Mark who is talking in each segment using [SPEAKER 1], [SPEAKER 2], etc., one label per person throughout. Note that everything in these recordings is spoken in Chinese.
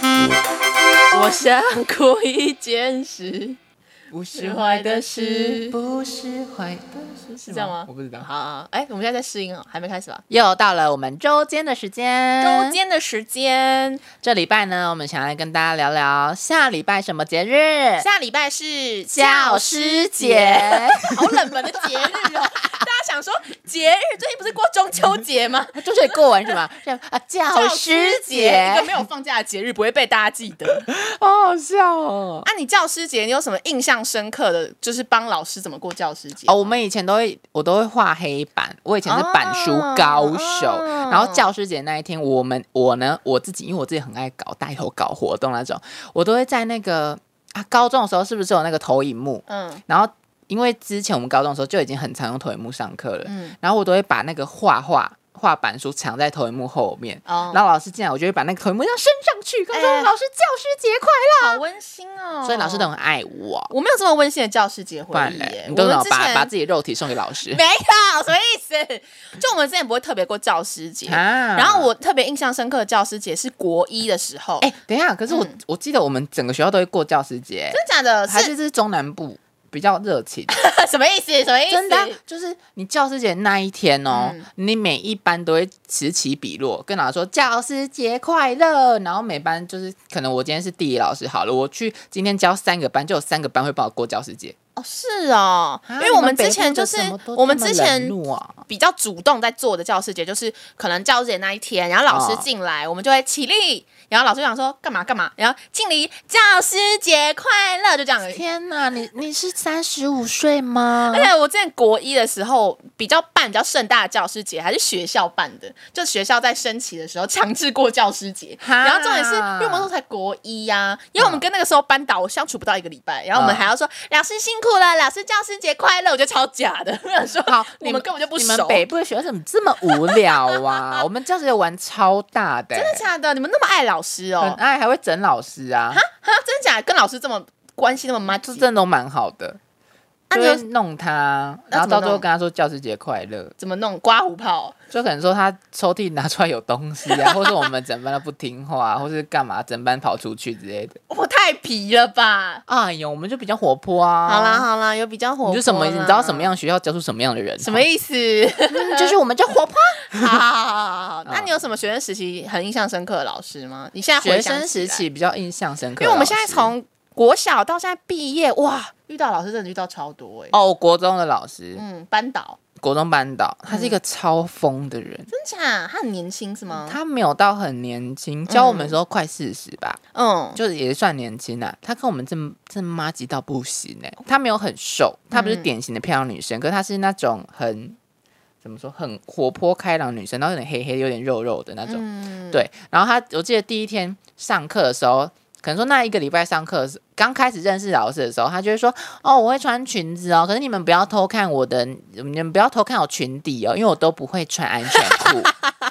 [SPEAKER 1] 我想哭一件事，
[SPEAKER 2] 不
[SPEAKER 1] 是坏的事
[SPEAKER 2] 不是坏的事，
[SPEAKER 1] 是这样吗
[SPEAKER 2] 我不知道。
[SPEAKER 1] 好， 好好哎、我们现在在试音哦，还没开始吧？
[SPEAKER 2] 又到了我们周间的时间，
[SPEAKER 1] 周间的时间，
[SPEAKER 2] 这礼拜呢，我们想来跟大家聊聊下礼拜什么节日？
[SPEAKER 1] 下礼拜是
[SPEAKER 2] 教师节。
[SPEAKER 1] 好冷门的节日 哦。大家想说节日最近不是过中秋节吗？
[SPEAKER 2] 就是过完是吧？这样啊，教师节
[SPEAKER 1] 一，个没有放假的节日不会被大家记 得。
[SPEAKER 2] 好好笑哦。
[SPEAKER 1] 啊，你教师节你有什么印象深刻的？就是帮老师怎么过教师节？
[SPEAKER 2] 哦，我们以前都会，我都会画黑板。我以前是板书
[SPEAKER 1] 啊
[SPEAKER 2] 高手，
[SPEAKER 1] 哦
[SPEAKER 2] 然后教师节那一天，我们我呢，我自己因为我自己很爱搞带头搞活动那种，我都会在那个啊，高中的时候是不是有那个投影幕？
[SPEAKER 1] 嗯
[SPEAKER 2] 然后因为之前我们高中的时候就已经很常用投影幕上课了，
[SPEAKER 1] 嗯
[SPEAKER 2] 然后我都会把那个画画画板书藏在投影幕后面。
[SPEAKER 1] 哦，
[SPEAKER 2] 然后老师进来，我就会把那个投影幕这样升上去，跟他说：“
[SPEAKER 1] 哎
[SPEAKER 2] 老师，教师节快乐
[SPEAKER 1] 好温馨哦！！”
[SPEAKER 2] 所以老师都很爱我。
[SPEAKER 1] 我没有这么温馨的教师节
[SPEAKER 2] 不
[SPEAKER 1] 回
[SPEAKER 2] 然
[SPEAKER 1] 忆
[SPEAKER 2] 嘞
[SPEAKER 1] 耶，
[SPEAKER 2] 你
[SPEAKER 1] 我
[SPEAKER 2] 都
[SPEAKER 1] 们
[SPEAKER 2] 老
[SPEAKER 1] 之
[SPEAKER 2] 把把
[SPEAKER 1] 前
[SPEAKER 2] 自己的肉体送给老师
[SPEAKER 1] 没有什么意思，就我们之前不会特别过教师节。
[SPEAKER 2] 啊？
[SPEAKER 1] 然后我特别印象深刻的教师节是国一的时候，
[SPEAKER 2] 哎、 等一下，可是我、
[SPEAKER 1] 嗯
[SPEAKER 2] 我记得我们整个学校都会过教师节，
[SPEAKER 1] 真的假的？
[SPEAKER 2] 还
[SPEAKER 1] 是
[SPEAKER 2] 是这是中南部比较热 情，
[SPEAKER 1] 什么意思？什么意思？
[SPEAKER 2] 真的啊、就是你教师节那一天哦，
[SPEAKER 1] 嗯
[SPEAKER 2] 你每一班都会此起彼落，跟老师说教师节快乐，然后每班就是可能我今天是地理老师好了，我去今天教三个班，就有三个班会帮我过教师节，
[SPEAKER 1] 哦，是哦，
[SPEAKER 2] 啊
[SPEAKER 1] 因为我们
[SPEAKER 2] 你
[SPEAKER 1] 之
[SPEAKER 2] 北
[SPEAKER 1] 前
[SPEAKER 2] 部
[SPEAKER 1] 就
[SPEAKER 2] 的
[SPEAKER 1] 是
[SPEAKER 2] 怎么都
[SPEAKER 1] 我们
[SPEAKER 2] 这么
[SPEAKER 1] 之前
[SPEAKER 2] 冷落啊
[SPEAKER 1] 比较主动在做的教师节，就是可能教师节那一天，然后老师
[SPEAKER 2] 哦
[SPEAKER 1] 进来，我们就会起立，然后老师就想说干嘛干嘛，然后敬礼，教师节快乐，就这样而已。
[SPEAKER 2] 天哪，你你是三十五岁 吗
[SPEAKER 1] 而且我之前国一的时候，比较办比较盛大的教师节，还是学校办的，就学校在升旗的时候强制过教师节。
[SPEAKER 2] 哈
[SPEAKER 1] 然后重点是，因为我们都才国一呀、因为我们跟那个时候班导相处不到一个礼拜，然后我们
[SPEAKER 2] 嗯
[SPEAKER 1] 还要说、老师辛苦了，老师教师节快乐，我觉得超假的。我想说，
[SPEAKER 2] 好，
[SPEAKER 1] 我们根本就不
[SPEAKER 2] 你
[SPEAKER 1] 熟。
[SPEAKER 2] 们北部的学校怎么这么无聊 啊？我们教师节玩超大的欸、
[SPEAKER 1] 真的假的？你们那么爱老师
[SPEAKER 2] 很
[SPEAKER 1] 哦？
[SPEAKER 2] 爱，还会整老师啊，
[SPEAKER 1] 哈，真的假的？跟老师这么关系那么密
[SPEAKER 2] 就
[SPEAKER 1] 切，
[SPEAKER 2] 真的都蛮好的，
[SPEAKER 1] 那
[SPEAKER 2] 就
[SPEAKER 1] 你
[SPEAKER 2] 会
[SPEAKER 1] 有
[SPEAKER 2] 弄他，
[SPEAKER 1] 那
[SPEAKER 2] 然后
[SPEAKER 1] 怎么
[SPEAKER 2] 到最后
[SPEAKER 1] 弄
[SPEAKER 2] 跟他说教师节快乐，
[SPEAKER 1] 怎么弄刮胡泡？
[SPEAKER 2] 就可能说他抽屉拿出来有东西 啊，或是我们整班都不听话，或是干嘛，整班跑出去之类的。
[SPEAKER 1] 我太皮了吧？
[SPEAKER 2] 哎呦，我们就比较活泼啊。
[SPEAKER 1] 好啦好啦，有比较火，
[SPEAKER 2] 你就什么，你知道什么？样的学校教出什么样 的人啊？
[SPEAKER 1] 什么意思？
[SPEAKER 2] 嗯就是我们就活泼。
[SPEAKER 1] 好好好好好，那你有什么学生时期很印象深刻的老师吗？你现在
[SPEAKER 2] 学
[SPEAKER 1] 回想起来
[SPEAKER 2] 生时，期比较印象深刻
[SPEAKER 1] 因
[SPEAKER 2] 的老师，
[SPEAKER 1] 为我们现在从国小到现在毕业，哇，遇到老师真的遇到超多哎、
[SPEAKER 2] 哦，国中的老师，
[SPEAKER 1] 嗯，班导
[SPEAKER 2] 国中班导，他是一个超疯的人，
[SPEAKER 1] 嗯真假？嗯他很年轻是吗？
[SPEAKER 2] 他没有到很年轻，教我们的时候快四十吧，
[SPEAKER 1] 嗯，
[SPEAKER 2] 就是也算年轻啊，她跟我们这么这么妈吉到不行哎、欸，她没有很瘦，她不是
[SPEAKER 1] 哦嗯
[SPEAKER 2] 典型的漂亮女生，可是她是那种很怎么说，很活泼开朗的女生，然后有点黑黑的，有点肉肉的那种。
[SPEAKER 1] 嗯，
[SPEAKER 2] 对，然后她我记得第一天上课的时候。可能说那一个礼拜上课的时候刚开始认识老师的时候，她就会说：“哦，我会穿裙子哦，可是你们不要偷看我的，你们不要偷看我裙底哦，因为我都不会穿安全裤。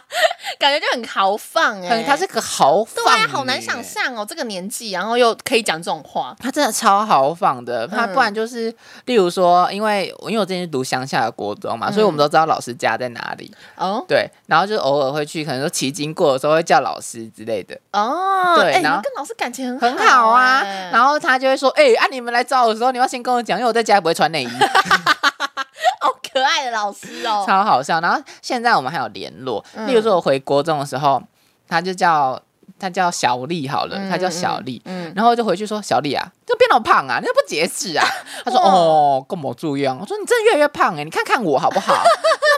[SPEAKER 1] 感觉就很豪放哎、
[SPEAKER 2] 很”她是个豪
[SPEAKER 1] 对
[SPEAKER 2] 放女欸，
[SPEAKER 1] 啊，好难想象哦，这个年纪，然后又可以讲这种话，
[SPEAKER 2] 他真的超豪放的，他
[SPEAKER 1] 嗯
[SPEAKER 2] 不然就是，例如说，因为因为我之前是读乡下的国中嘛，所以我
[SPEAKER 1] 嗯
[SPEAKER 2] 们都知道老师家在哪里，
[SPEAKER 1] 哦
[SPEAKER 2] 对，然后就偶尔会去，可能说骑经过的时候会叫老师之类的，
[SPEAKER 1] 哦，
[SPEAKER 2] 对
[SPEAKER 1] 哎你
[SPEAKER 2] 然
[SPEAKER 1] 们
[SPEAKER 2] 后
[SPEAKER 1] 跟老师感情很
[SPEAKER 2] 很好啊。
[SPEAKER 1] 哎
[SPEAKER 2] 然后他就会说，哎、啊，你们来找我的时候，你要先跟我讲，因为我在家不会穿内衣，
[SPEAKER 1] 好哦可爱的老师 哦，
[SPEAKER 2] 超好笑。然后现在我们还有联络，
[SPEAKER 1] 嗯
[SPEAKER 2] 例如说我回国中的时候，他就叫他叫小丽好了，
[SPEAKER 1] 嗯
[SPEAKER 2] 他叫小丽，
[SPEAKER 1] 嗯，
[SPEAKER 2] 然后就回去说：“小李啊，你怎么变那么胖啊？你都不节制啊？”他说：“
[SPEAKER 1] 哇
[SPEAKER 2] 哦，跟我住院。”我说：“你真的越来越胖哎、你看看我好不好？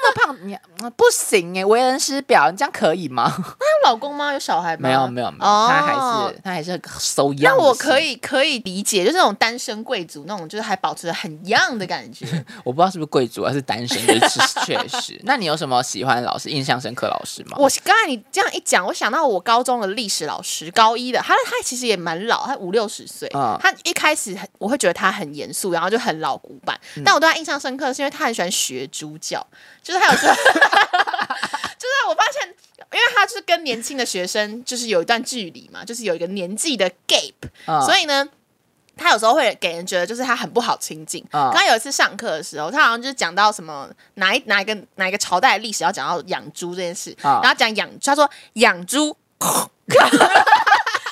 [SPEAKER 2] 那么胖，你嗯不行哎、为人师表，你这样可以吗？”
[SPEAKER 1] 她有老公吗？有小孩吗？
[SPEAKER 2] 没有没有没有，他还
[SPEAKER 1] 哦
[SPEAKER 2] 是他还是很手一样。
[SPEAKER 1] 那我可，以可以理解，就是那种单身贵族那种，就是还保持着很 young 的感觉。
[SPEAKER 2] 我不知道是不是贵族还是单身，就是确实。那你有什么喜欢的老师、印象深刻老师吗？
[SPEAKER 1] 我刚才你这样一讲，我想到我高中的历史老师，高一的，他他其实也蛮老，他五六十岁。
[SPEAKER 2] 嗯
[SPEAKER 1] 他一开始很我会觉得他很严肃，然后就很老古板。
[SPEAKER 2] 嗯
[SPEAKER 1] 但我对他印象深刻，是因为他很喜欢学猪叫，就是他有时候 就是我发现，因为他就是跟年轻的学生就是有一段距离嘛，就是有一个年纪的 gap，、
[SPEAKER 2] 嗯
[SPEAKER 1] 所以呢。他有时候会给人觉得就是他很不好亲近。
[SPEAKER 2] 嗯
[SPEAKER 1] 刚刚有一次上课的时候，他好像就是讲到什么哪一哪一个哪一个朝代的历史要讲到养猪这件事，
[SPEAKER 2] 嗯
[SPEAKER 1] 然后讲养，他说养猪。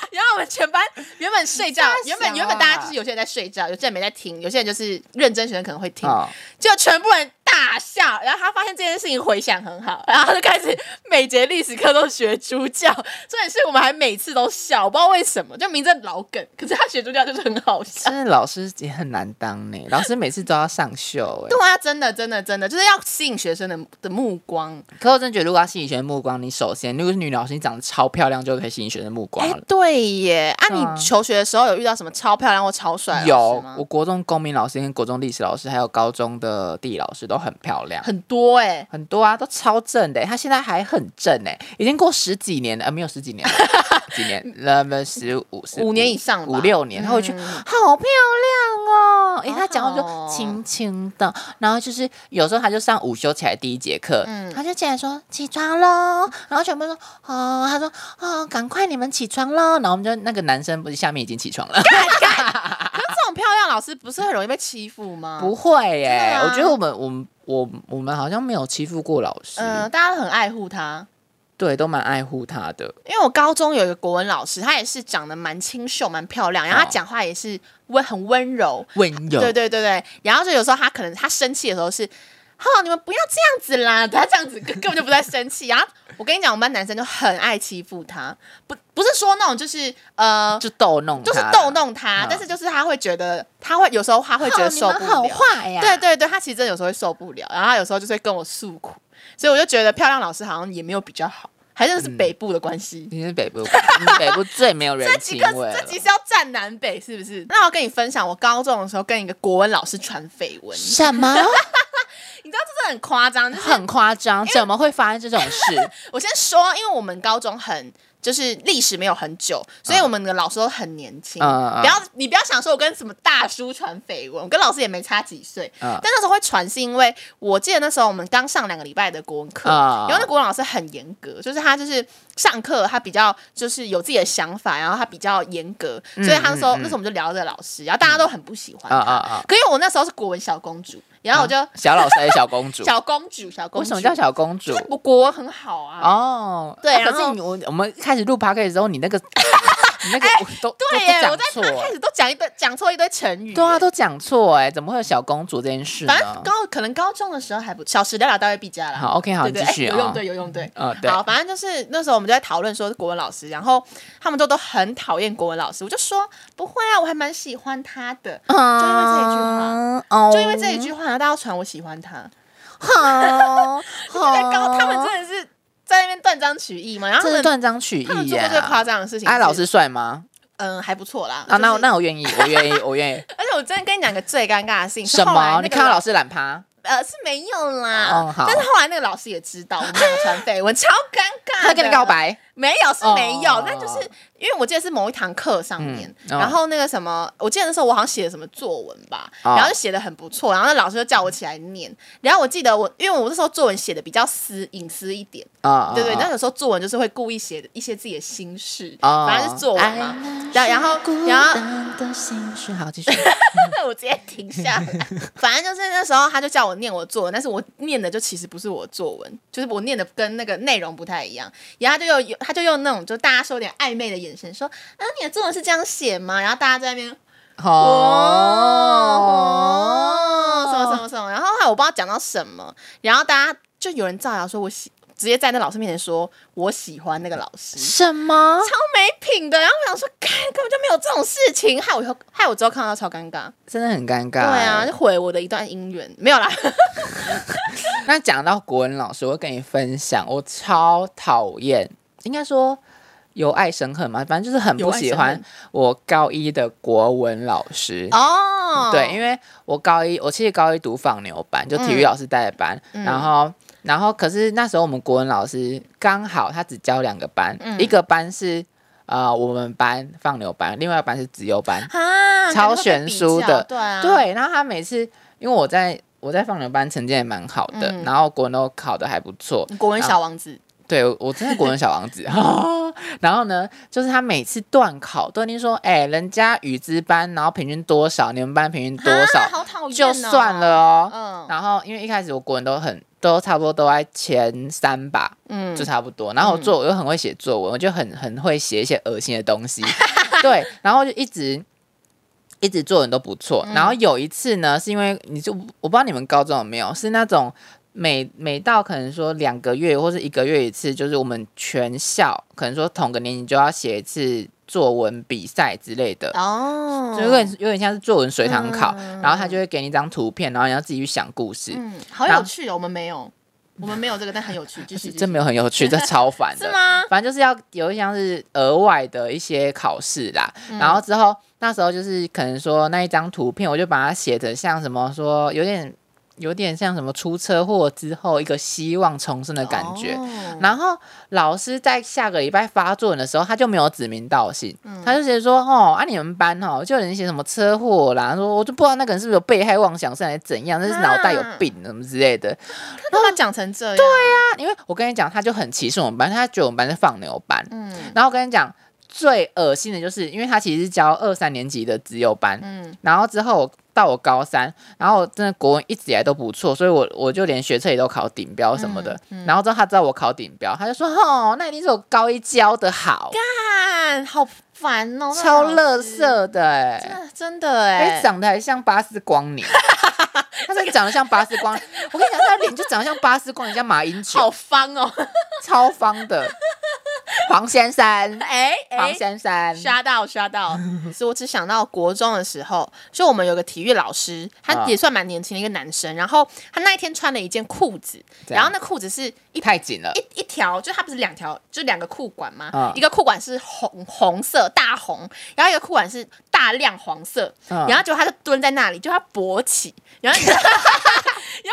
[SPEAKER 1] 然后我们全班原本睡觉
[SPEAKER 2] 吓死，
[SPEAKER 1] 原本原本大家就是有些人在睡觉，有些人没在听，有些人就是认真学生可能会听，
[SPEAKER 2] 哦
[SPEAKER 1] 就全部人大笑。然后他发现这件事情回响很好，然后他就开始每节历史课都学猪叫，重点是我们还每次都笑，我不知道为什么，就明正老梗，可是他学猪叫就是很好笑。
[SPEAKER 2] 真的老师也很难当 呢，老师每次都要上秀哎。
[SPEAKER 1] 对啊，真的，真的，真的，就是要吸引学生的的目光。
[SPEAKER 2] 可我真的觉得，如果要吸引学生目光，你首先如果是女老师，你长得超漂亮，就可以吸引学生目光
[SPEAKER 1] 哎、
[SPEAKER 2] 了。
[SPEAKER 1] 对耶！啊，
[SPEAKER 2] 对啊
[SPEAKER 1] 你求学的时候有遇到什么超漂亮或超帅的啊老师
[SPEAKER 2] 有
[SPEAKER 1] 吗，
[SPEAKER 2] 我国中公民老师、跟国中历史老师，还有高中的地理老师都很漂亮，
[SPEAKER 1] 很多哎、
[SPEAKER 2] 很多啊，都超正的欸。他现在还很正哎，已经过十几年了，呃，没有十 几年了，几年，呃，不十五十
[SPEAKER 1] 五年以上吧
[SPEAKER 2] 五六年，他会去，
[SPEAKER 1] 嗯
[SPEAKER 2] 好漂亮哦！哎、他讲话
[SPEAKER 1] 好好哦
[SPEAKER 2] 就轻轻的，然后就是有时候他就上午休起来第一节课，
[SPEAKER 1] 嗯
[SPEAKER 2] 他就进来说起床喽，然后全部说哦，他说哦，赶快你们起床喽，然后我们就那个男生不是下面已经起床 了，
[SPEAKER 1] 可是这种漂亮老师不是很容易被欺负吗？
[SPEAKER 2] 不，会耶、
[SPEAKER 1] 真的吗
[SPEAKER 2] 我觉得我们我们我我们好像没有欺负过老师，
[SPEAKER 1] 嗯、大家都很爱护他。
[SPEAKER 2] 对，都蛮爱护他的。
[SPEAKER 1] 因为我高中有一个国文老师，她也是长得蛮清秀、蛮漂亮，然后她
[SPEAKER 2] 哦
[SPEAKER 1] 讲话也是温很温柔，
[SPEAKER 2] 温柔，
[SPEAKER 1] 对对对对，然后就有时候她可能她生气的时候是，哦，你们不要这样子啦， 她这样子根根本就不在生气。然后我跟你讲，我们班男生就很爱欺负她，不不是说那种就是呃，
[SPEAKER 2] 就逗弄他
[SPEAKER 1] 就是
[SPEAKER 2] 啦，
[SPEAKER 1] 逗弄她，
[SPEAKER 2] 嗯哦
[SPEAKER 1] 但是就是她会觉得，她会有时候她会觉得受不了，
[SPEAKER 2] 坏呀
[SPEAKER 1] 对对对，她其实真的有时候会受不了，然后她有时候就是会跟我诉苦，所以我就觉得漂亮老师好像也没有比较好，还真的是北部的关系。
[SPEAKER 2] 你是北部，你是北部最没有人
[SPEAKER 1] 这
[SPEAKER 2] 情
[SPEAKER 1] 几
[SPEAKER 2] 味
[SPEAKER 1] 个
[SPEAKER 2] 了。
[SPEAKER 1] 这集是要站南北是不是？那我跟你分享，我高中的时候跟一个国文老师传绯闻，
[SPEAKER 2] 什么
[SPEAKER 1] 你知道这是很夸张。就是
[SPEAKER 2] 很夸张？怎么会发生这种事？
[SPEAKER 1] 我先说，啊因为我们高中很就是历史没有很久，所以我们的老师都很年轻。
[SPEAKER 2] 嗯嗯嗯嗯
[SPEAKER 1] 不要你不要想说我跟什么大叔传绯闻，我跟老师也没差几岁。
[SPEAKER 2] 嗯
[SPEAKER 1] 但那时候会传是因为我记得那时候我们刚上两个礼拜的国文课，
[SPEAKER 2] 嗯
[SPEAKER 1] 然后那国文老师很严格，就是他就是上课他比较就是有自己的想法，然后他比较严格，所以他那时候、
[SPEAKER 2] 嗯嗯
[SPEAKER 1] 那时候我们就聊这个老师，然后大家都很不喜欢他。
[SPEAKER 2] 啊啊啊！
[SPEAKER 1] 可因为我那时候是国文小公主，然后我就、
[SPEAKER 2] 小老师还是小公主？
[SPEAKER 1] 小公主，小公主
[SPEAKER 2] 嗯为什么叫？小公主
[SPEAKER 1] 就是？我国文很好啊。
[SPEAKER 2] 哦，
[SPEAKER 1] 对
[SPEAKER 2] 啊
[SPEAKER 1] 然
[SPEAKER 2] 可是
[SPEAKER 1] 后哎
[SPEAKER 2] 你我我们开始录 p o d c a s 之后，你那个 你那个我都都
[SPEAKER 1] 对
[SPEAKER 2] 都
[SPEAKER 1] 耶，我
[SPEAKER 2] 讲
[SPEAKER 1] 在
[SPEAKER 2] 错
[SPEAKER 1] 他，开始都讲一堆讲错一堆成语耶。
[SPEAKER 2] 对啊，都讲错哎，怎么会有小公主这件事呢
[SPEAKER 1] 反？正高可能高中的时候还不小时了了大卫毕加啦。
[SPEAKER 2] 好，OK，好，
[SPEAKER 1] 对
[SPEAKER 2] 你
[SPEAKER 1] 对，
[SPEAKER 2] 继
[SPEAKER 1] 哎
[SPEAKER 2] 续
[SPEAKER 1] 有
[SPEAKER 2] 啊
[SPEAKER 1] 用。对有用对。
[SPEAKER 2] 呃，对，
[SPEAKER 1] 好，反正就是那时候我们就在讨论说国文老师，然后他们都都很讨厌国文老师，我就说不会啊，我还蛮喜欢他的，
[SPEAKER 2] 就
[SPEAKER 1] 因为这一句话，
[SPEAKER 2] 哦，
[SPEAKER 1] 就因为这一句话，然后大家都传我喜欢他。
[SPEAKER 2] 好，
[SPEAKER 1] 在
[SPEAKER 2] 好，
[SPEAKER 1] 高他们真的是在那边断章取义嘛，然后他
[SPEAKER 2] 这是
[SPEAKER 1] 们
[SPEAKER 2] 断章取
[SPEAKER 1] 他们
[SPEAKER 2] 义
[SPEAKER 1] 做过
[SPEAKER 2] 呀
[SPEAKER 1] 最。夸张的事情。
[SPEAKER 2] 哎，老，师帅吗？
[SPEAKER 1] 嗯，还不错啦。
[SPEAKER 2] 啊，那
[SPEAKER 1] 就是
[SPEAKER 2] 那我愿意，我愿意，我愿意。
[SPEAKER 1] 而且我真的 跟你讲个最尴尬的事情，是
[SPEAKER 2] 什
[SPEAKER 1] 后来
[SPEAKER 2] 么？
[SPEAKER 1] 那个
[SPEAKER 2] 你看到
[SPEAKER 1] 老
[SPEAKER 2] 老师懒趴？
[SPEAKER 1] 呃，是没有啦。
[SPEAKER 2] 哦好
[SPEAKER 1] 但是后来那个老师也知道我们两个传 绯闻，超尴 尬。
[SPEAKER 2] 他跟你告？白？
[SPEAKER 1] 没有，是没有。
[SPEAKER 2] 哦
[SPEAKER 1] 那就是因为我记得是某一堂课上面，
[SPEAKER 2] 嗯哦
[SPEAKER 1] 然后那个什么，我记得那时候我好像写了什么作文吧，
[SPEAKER 2] 哦
[SPEAKER 1] 然后就写的很不错，然后那老师就叫我起来念。然后我记得我，因为我那时候作文写的比较私隐私一点，
[SPEAKER 2] 啊
[SPEAKER 1] 对对，那有时候作文就是会故意写一些自己的心事，
[SPEAKER 2] 哦
[SPEAKER 1] 反正是作文嘛。然
[SPEAKER 2] 然
[SPEAKER 1] 后然后然后
[SPEAKER 2] 后，好，继续。
[SPEAKER 1] 我直接停下来。 反正就是那时候，他就叫我念我作文，但是我念的就其实不是我作文，就是我念的跟那个内容不太一样。然后他就用他就用那种就大家说有点暧昧的眼神说：“啊，你的作文是这样写吗？”然后大家在那边
[SPEAKER 2] 哦，
[SPEAKER 1] 哦，什么什么什么。然后后来我不知道讲到什么，然后大家就有人造谣说我喜，直接在那老师面前说我喜欢那个老师。
[SPEAKER 2] 什么？
[SPEAKER 1] 超没品的，然后我想说，干根本就没有这种事情，害我以后害我之后看到超尴尬。
[SPEAKER 2] 真的很尴尬。欸
[SPEAKER 1] 对啊，就毁我的一段姻缘，没有啦。
[SPEAKER 2] 那讲到国文老师，我会跟你分享，我超讨厌，应该说由爱生恨嘛，反正就是很
[SPEAKER 1] 由
[SPEAKER 2] 不
[SPEAKER 1] 爱
[SPEAKER 2] 喜
[SPEAKER 1] 生
[SPEAKER 2] 欢
[SPEAKER 1] 恨
[SPEAKER 2] 我高一的国文老师。
[SPEAKER 1] 哦
[SPEAKER 2] 对，因
[SPEAKER 1] 为
[SPEAKER 2] 为我高一，我其实高一读放牛班，就体育
[SPEAKER 1] 嗯
[SPEAKER 2] 老师带的班，然后。然后，可是那时候我们国文老师刚好他只教两个班，
[SPEAKER 1] 嗯
[SPEAKER 2] 一个班是呃我们班放牛班，另外一个班是自由班。
[SPEAKER 1] 啊，感觉
[SPEAKER 2] 超
[SPEAKER 1] 会被
[SPEAKER 2] 悬
[SPEAKER 1] 比
[SPEAKER 2] 殊
[SPEAKER 1] 较
[SPEAKER 2] 的
[SPEAKER 1] 对啊，，
[SPEAKER 2] 对，然后他每次因为我在我在放牛班成绩也蛮好的，
[SPEAKER 1] 嗯
[SPEAKER 2] 然后国文都考得还不错，
[SPEAKER 1] 国文小王子，
[SPEAKER 2] 对我真的国文小王 子。 然后呢，就是他每次断考都一定说，哎、人家语资班，然后平均多少，你们班平均多少，
[SPEAKER 1] 啊好讨厌、哦，
[SPEAKER 2] 就算了。哦。
[SPEAKER 1] 嗯
[SPEAKER 2] 然后因为一开始我国文都很都差不多都在前三吧，
[SPEAKER 1] 嗯，
[SPEAKER 2] 就差不多。然后我作我又很会写作文，我就很很会写一些恶心的东 西，对，然后就一直。一直作文都不错，
[SPEAKER 1] 嗯
[SPEAKER 2] 然后有一次呢，是因为你就我不知道你们高中有没有，是那种每每到可能说两个月或是一个月一次，就是我们全校可能说同个年级就要写一次作文比赛之类的，
[SPEAKER 1] 哦，
[SPEAKER 2] 就有点有点像是作文随堂考，
[SPEAKER 1] 嗯
[SPEAKER 2] 然后他就会给你一张图片，然后你要自己去想故事，
[SPEAKER 1] 嗯，好
[SPEAKER 2] 然
[SPEAKER 1] 有
[SPEAKER 2] 后
[SPEAKER 1] 趣哦，我们没有，我们没有这个，但很有 趣，继续，继续
[SPEAKER 2] 真没有很有趣，这超烦 的
[SPEAKER 1] 是。吗？
[SPEAKER 2] 反正就是要有一项是额外的一些考试啦，
[SPEAKER 1] 嗯
[SPEAKER 2] 然后之后那时候就是可能说那一张图片，我就把它写的像什么说有点有点像什么出车祸之后一个希望重生的感觉。
[SPEAKER 1] 哦
[SPEAKER 2] 然后老师在下个礼拜发作文的时候，他就没有指名道姓，
[SPEAKER 1] 嗯
[SPEAKER 2] 他就直接说：“哦，啊你们班哦，就有人写什么车祸啦，说我就不知道那个人是不是有被害妄想症还是怎样，那是脑袋
[SPEAKER 1] 啊
[SPEAKER 2] 有病什么之类的。”
[SPEAKER 1] 他干嘛讲成这样？对呀，
[SPEAKER 2] 啊，因为我跟你讲，他就很歧视我们班，他觉得我们班是放牛班。
[SPEAKER 1] 嗯
[SPEAKER 2] 然后我跟你讲，最恶心的就是，因为他其实是教二三年级的资优班，
[SPEAKER 1] 嗯，
[SPEAKER 2] 然后之后我到我高三，然后我真的国文一直以来都不错，所以我我就连学测也都考顶标什么的。
[SPEAKER 1] 嗯
[SPEAKER 2] 然后之后他知道我考顶标，他就说：“哦，那一定是我高一教的好，
[SPEAKER 1] 看，好烦哦，那个
[SPEAKER 2] 超
[SPEAKER 1] 老
[SPEAKER 2] 乐
[SPEAKER 1] 师，
[SPEAKER 2] 色的、欸。”
[SPEAKER 1] 真的真的
[SPEAKER 2] 哎，
[SPEAKER 1] 哎，
[SPEAKER 2] 长得还像巴斯光 年，他真的长得像巴斯光年。我跟你讲，他的脸就长得像巴斯光年，像马英九。
[SPEAKER 1] 好方哦，
[SPEAKER 2] 超方 的黄先生，
[SPEAKER 1] 哎
[SPEAKER 2] 黄
[SPEAKER 1] 哎。
[SPEAKER 2] 先生，
[SPEAKER 1] 刷到刷到，是我只想到国中的时候，就我们有个体育老师，他
[SPEAKER 2] 啊
[SPEAKER 1] 也算蛮年轻的一个男生，然后他那一天穿了一件裤子，
[SPEAKER 2] 怎
[SPEAKER 1] 然
[SPEAKER 2] 样
[SPEAKER 1] 后那裤子是一
[SPEAKER 2] 太紧了，
[SPEAKER 1] 一一条，就它不是两条，就两个裤管嘛，
[SPEAKER 2] 嗯
[SPEAKER 1] 一个裤管是红红色大红，然后一个裤管是大亮黄色，
[SPEAKER 2] 嗯
[SPEAKER 1] 然后结果他就蹲在那里，就他勃起，然后你知道， 然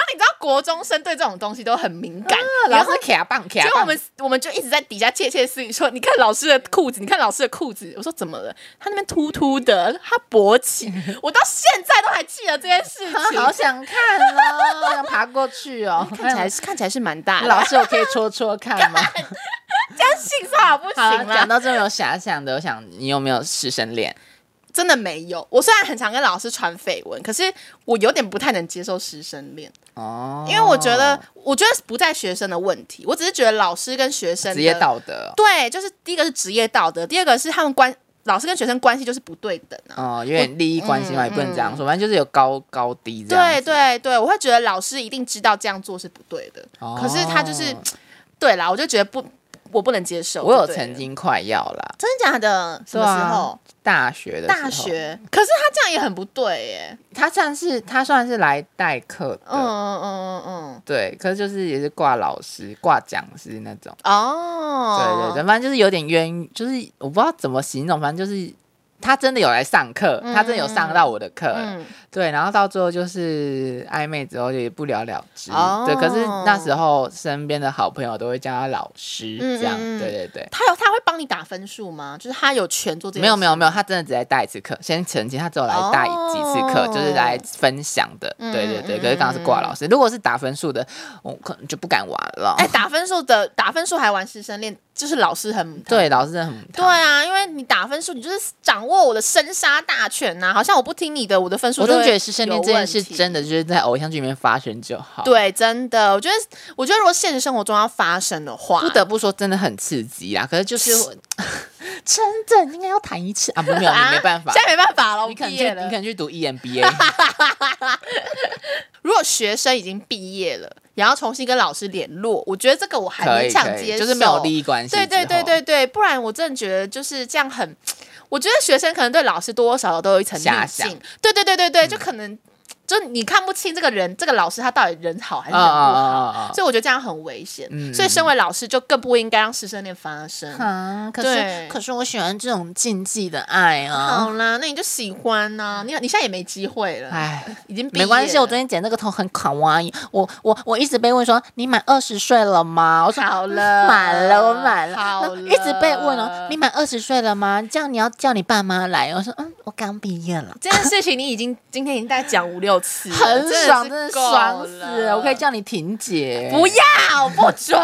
[SPEAKER 1] 后你知道国中生对这种东西都很敏感，然
[SPEAKER 2] 啊老
[SPEAKER 1] 后
[SPEAKER 2] 师。卡棒卡
[SPEAKER 1] 结果
[SPEAKER 2] 棒，
[SPEAKER 1] 我们我们就一直在底下窃窃私语说，你看老师的裤子，你看老师的裤子。我说怎么了？他那边凸凸的，他勃起。我到现在都还记得这件 事
[SPEAKER 2] 啊
[SPEAKER 1] 情，
[SPEAKER 2] 好想看哦，想爬过去 哦，
[SPEAKER 1] 看起来是看起来是蛮大的，
[SPEAKER 2] 老师，我可以戳戳看 吗？
[SPEAKER 1] 这样性骚扰不行
[SPEAKER 2] 好啊，
[SPEAKER 1] 啦
[SPEAKER 2] 讲。到这么有遐想的，我想你有没有师生恋？
[SPEAKER 1] 真的没有。我虽然很常跟老师传绯闻，可是我有点不太能接受师生恋，
[SPEAKER 2] 哦，
[SPEAKER 1] 因为我觉得，我觉得不在学生的问题，我只是觉得老师跟学生的
[SPEAKER 2] 职业道德
[SPEAKER 1] 对，就是第一个是职业道德，第二个是他们关老师跟学生关系就是不对等啊。
[SPEAKER 2] 哦，有点利益关系嘛，也不能这样说，反正就是有高高低这
[SPEAKER 1] 对
[SPEAKER 2] 样子。
[SPEAKER 1] 对对，我会觉得老师一定知道这样做是不对的，
[SPEAKER 2] 哦
[SPEAKER 1] 可是他就是对啦，我就觉得不，我不能接受。
[SPEAKER 2] 我有
[SPEAKER 1] 就对了
[SPEAKER 2] 曾经快要啦，
[SPEAKER 1] 真的假的？什么
[SPEAKER 2] 对啊
[SPEAKER 1] 时候？
[SPEAKER 2] 大学的时候
[SPEAKER 1] 大，学？可是他这样也很不对耶。
[SPEAKER 2] 他算是他算是来代课的，
[SPEAKER 1] 嗯嗯嗯嗯
[SPEAKER 2] 对，可是就是也是挂老师、挂讲师那种，
[SPEAKER 1] 嗯，哦，
[SPEAKER 2] 对对对，反正就是有点冤，就是我不知道怎么形容，反正就是他真的有来上课，他真的有上到我的课，
[SPEAKER 1] 嗯
[SPEAKER 2] 对，然后到最后就是暧昧之后就也不了了之，
[SPEAKER 1] 哦
[SPEAKER 2] 对，可是那时候身边的好朋友都会叫他老师，
[SPEAKER 1] 嗯
[SPEAKER 2] 这样，
[SPEAKER 1] 嗯嗯
[SPEAKER 2] 对对对。
[SPEAKER 1] 他有他会帮你打分数吗？就是他有权做这件
[SPEAKER 2] 没有没有没
[SPEAKER 1] 有，
[SPEAKER 2] 有，他真的只来带一次课，先澄清，他只有来带几次课，
[SPEAKER 1] 哦
[SPEAKER 2] 就是来分享的，对对对。
[SPEAKER 1] 嗯
[SPEAKER 2] 可是刚刚是挂老师，如果是打分数的，我可能就不敢玩了。
[SPEAKER 1] 哎、打分数的打分数还玩师生恋，就是老师很
[SPEAKER 2] 对，老师真的很
[SPEAKER 1] 对啊，因为你打分数，你就是掌握我的生杀大权啊呐、好像我不听你的，我的分数
[SPEAKER 2] 我
[SPEAKER 1] 就会
[SPEAKER 2] 真的觉得师生恋这件事
[SPEAKER 1] 有问题
[SPEAKER 2] 真的就是在偶像剧里面发生就好。，
[SPEAKER 1] 对，真的，我觉得我觉得如果现实生活中要发生的话，
[SPEAKER 2] 不得不说真的很刺激啊！可是就是 真正应该要谈一次啊，不没有
[SPEAKER 1] 啊
[SPEAKER 2] 你没 办法
[SPEAKER 1] 现，在没办法了，我
[SPEAKER 2] 你可能
[SPEAKER 1] 毕
[SPEAKER 2] 去
[SPEAKER 1] 业
[SPEAKER 2] 你可
[SPEAKER 1] 了。
[SPEAKER 2] 能去读 E EMBA，
[SPEAKER 1] 如果学生已经毕业了，然后重新跟老师联络，我觉得这个我还
[SPEAKER 2] 可以
[SPEAKER 1] 勉强
[SPEAKER 2] 可
[SPEAKER 1] 接受，
[SPEAKER 2] 以，就是没有利益关系。
[SPEAKER 1] 对对对对，对，不然我真的觉得就是这样很，我觉得学生可能对老师多多少少都有一层
[SPEAKER 2] 遐
[SPEAKER 1] 滤
[SPEAKER 2] 想嗯
[SPEAKER 1] 镜。对对对对对，就可能就你看不清这个人，这个老师他到底人好还是人不好，
[SPEAKER 2] 啊
[SPEAKER 1] 所以我觉得这样很危险。
[SPEAKER 2] 嗯
[SPEAKER 1] 所以身为老师就更不应该让师生恋发生。
[SPEAKER 2] 啊！可
[SPEAKER 1] 对
[SPEAKER 2] 是可是我喜欢这种禁忌的爱啊！
[SPEAKER 1] 好啦，那你就喜欢呐、你你现在也没机会了，
[SPEAKER 2] 哎，
[SPEAKER 1] 已经毕业
[SPEAKER 2] 没关系，
[SPEAKER 1] 了
[SPEAKER 2] 我昨天剪那个头很卡哇伊，我我我一直被问说你满二十岁了吗？我说
[SPEAKER 1] 好了，
[SPEAKER 2] 买了，我买了，
[SPEAKER 1] 好了，
[SPEAKER 2] 那一直被问哦，你满二十岁了吗？这样你要叫你爸妈来。我说，嗯，我刚毕业了，
[SPEAKER 1] 这件事情你已经今天已经大概讲五六次了，
[SPEAKER 2] 很爽，
[SPEAKER 1] 真
[SPEAKER 2] 真的
[SPEAKER 1] 是
[SPEAKER 2] 爽
[SPEAKER 1] 够
[SPEAKER 2] 死
[SPEAKER 1] 了
[SPEAKER 2] 了，我可以叫你婷姐。
[SPEAKER 1] 不要，不准。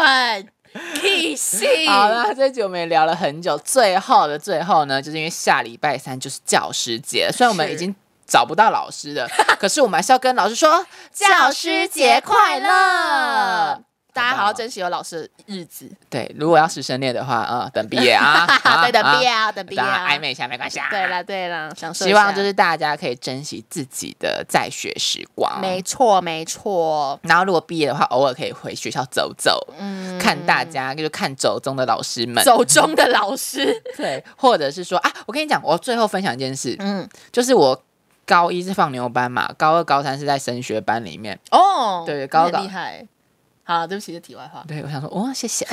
[SPEAKER 1] 屁信。
[SPEAKER 2] 好啦，这集我们也聊了很久，最后的最后呢，就是因为下礼拜三就是教师节，虽然我们
[SPEAKER 1] 是
[SPEAKER 2] 已经找不到老师 了，可是我们还是要跟老师说
[SPEAKER 1] 教师节快乐！大家好
[SPEAKER 2] 好
[SPEAKER 1] 好
[SPEAKER 2] 不好
[SPEAKER 1] 珍惜有老师的日子，，
[SPEAKER 2] 对，如果要师生恋的话啊、等毕业啊 啊
[SPEAKER 1] 对的，毕业
[SPEAKER 2] 啊，
[SPEAKER 1] 啊，等毕业
[SPEAKER 2] 大
[SPEAKER 1] 啊
[SPEAKER 2] 家，暧昧一下没关系啊。
[SPEAKER 1] 对啦对啦，享受一
[SPEAKER 2] 希望
[SPEAKER 1] 下
[SPEAKER 2] 就是大家可以珍惜自己的在学时光。
[SPEAKER 1] 没错没 错，
[SPEAKER 2] 然后如果毕业的话，偶尔可以回学校走走，
[SPEAKER 1] 嗯，
[SPEAKER 2] 看大家，就是看走中的老师们，
[SPEAKER 1] 走中的老师，
[SPEAKER 2] 对， 或者是说啊，我跟你讲，我最后分享一件事，
[SPEAKER 1] 嗯
[SPEAKER 2] 就是我高一是放牛班嘛，高二、高三是在升学班里面。
[SPEAKER 1] 哦，
[SPEAKER 2] 对高
[SPEAKER 1] 你
[SPEAKER 2] 高
[SPEAKER 1] 很厉害。好，对不起，这题外话。
[SPEAKER 2] 对，我想说，哦，谢 谢。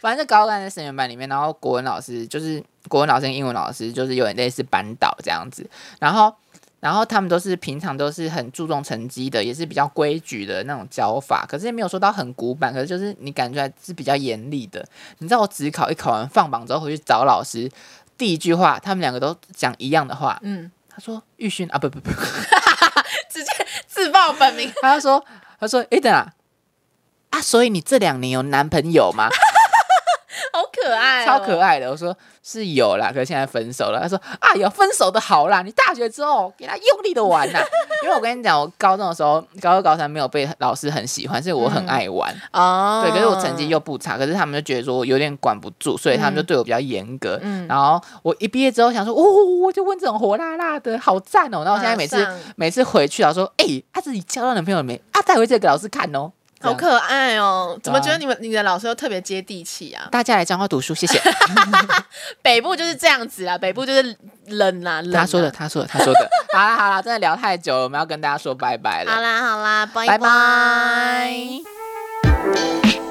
[SPEAKER 2] 反正高三在升学班里面，然后国文老师就是国文老师跟英文老师，就是有点类似班导这样子。然后，然后他们都是平常都是很注重成绩的，也是比较规矩的那种教法，可是也没有说到很古板，可是就是你感觉还是比较严厉的。你知道我只考一考完放榜之后回去找老师，第一句话他们两个都讲一样的话，
[SPEAKER 1] 嗯，
[SPEAKER 2] 他说玉勋啊，不不不，
[SPEAKER 1] 直接自报本名，
[SPEAKER 2] 他就说，他说，哎、等啊，啊，所以你这两年有男朋友吗？
[SPEAKER 1] 好可爱、哦
[SPEAKER 2] 超可
[SPEAKER 1] 爱。
[SPEAKER 2] 爱的。我说是有啦，可是现在分手了。他说啊，有分手的好啦，你大学之后给他用力的玩 呐、因为我跟你讲，我高中的时候，高二、高三没有被老师很喜欢，所以我很爱玩。
[SPEAKER 1] 哦
[SPEAKER 2] 对，可是我成绩又不差，可是他们就觉得说我有点管不住，所以他们就对我比较严格。
[SPEAKER 1] 嗯
[SPEAKER 2] 然后我一毕业之后想说，哦，我就问这种火辣辣的，好赞哦。然后我现在每次
[SPEAKER 1] 马上
[SPEAKER 2] 每次回去，老师说，哎、他、自己交到男朋友了没？啊，带回去给老师看哦。这
[SPEAKER 1] 好
[SPEAKER 2] 样
[SPEAKER 1] 可爱哦！怎么
[SPEAKER 2] 对啊
[SPEAKER 1] 觉得你们你的老师都特别接地气啊？
[SPEAKER 2] 大家来彰化读书，谢谢。
[SPEAKER 1] 北部就是这样子啊，北部就是冷啊，冷啊。
[SPEAKER 2] 他说的，他说的，他说的。 好啦好啦，真的聊太久了，我们要跟大家说拜拜了。
[SPEAKER 1] 好啦好啦，拜
[SPEAKER 2] 拜
[SPEAKER 1] 拜
[SPEAKER 2] 拜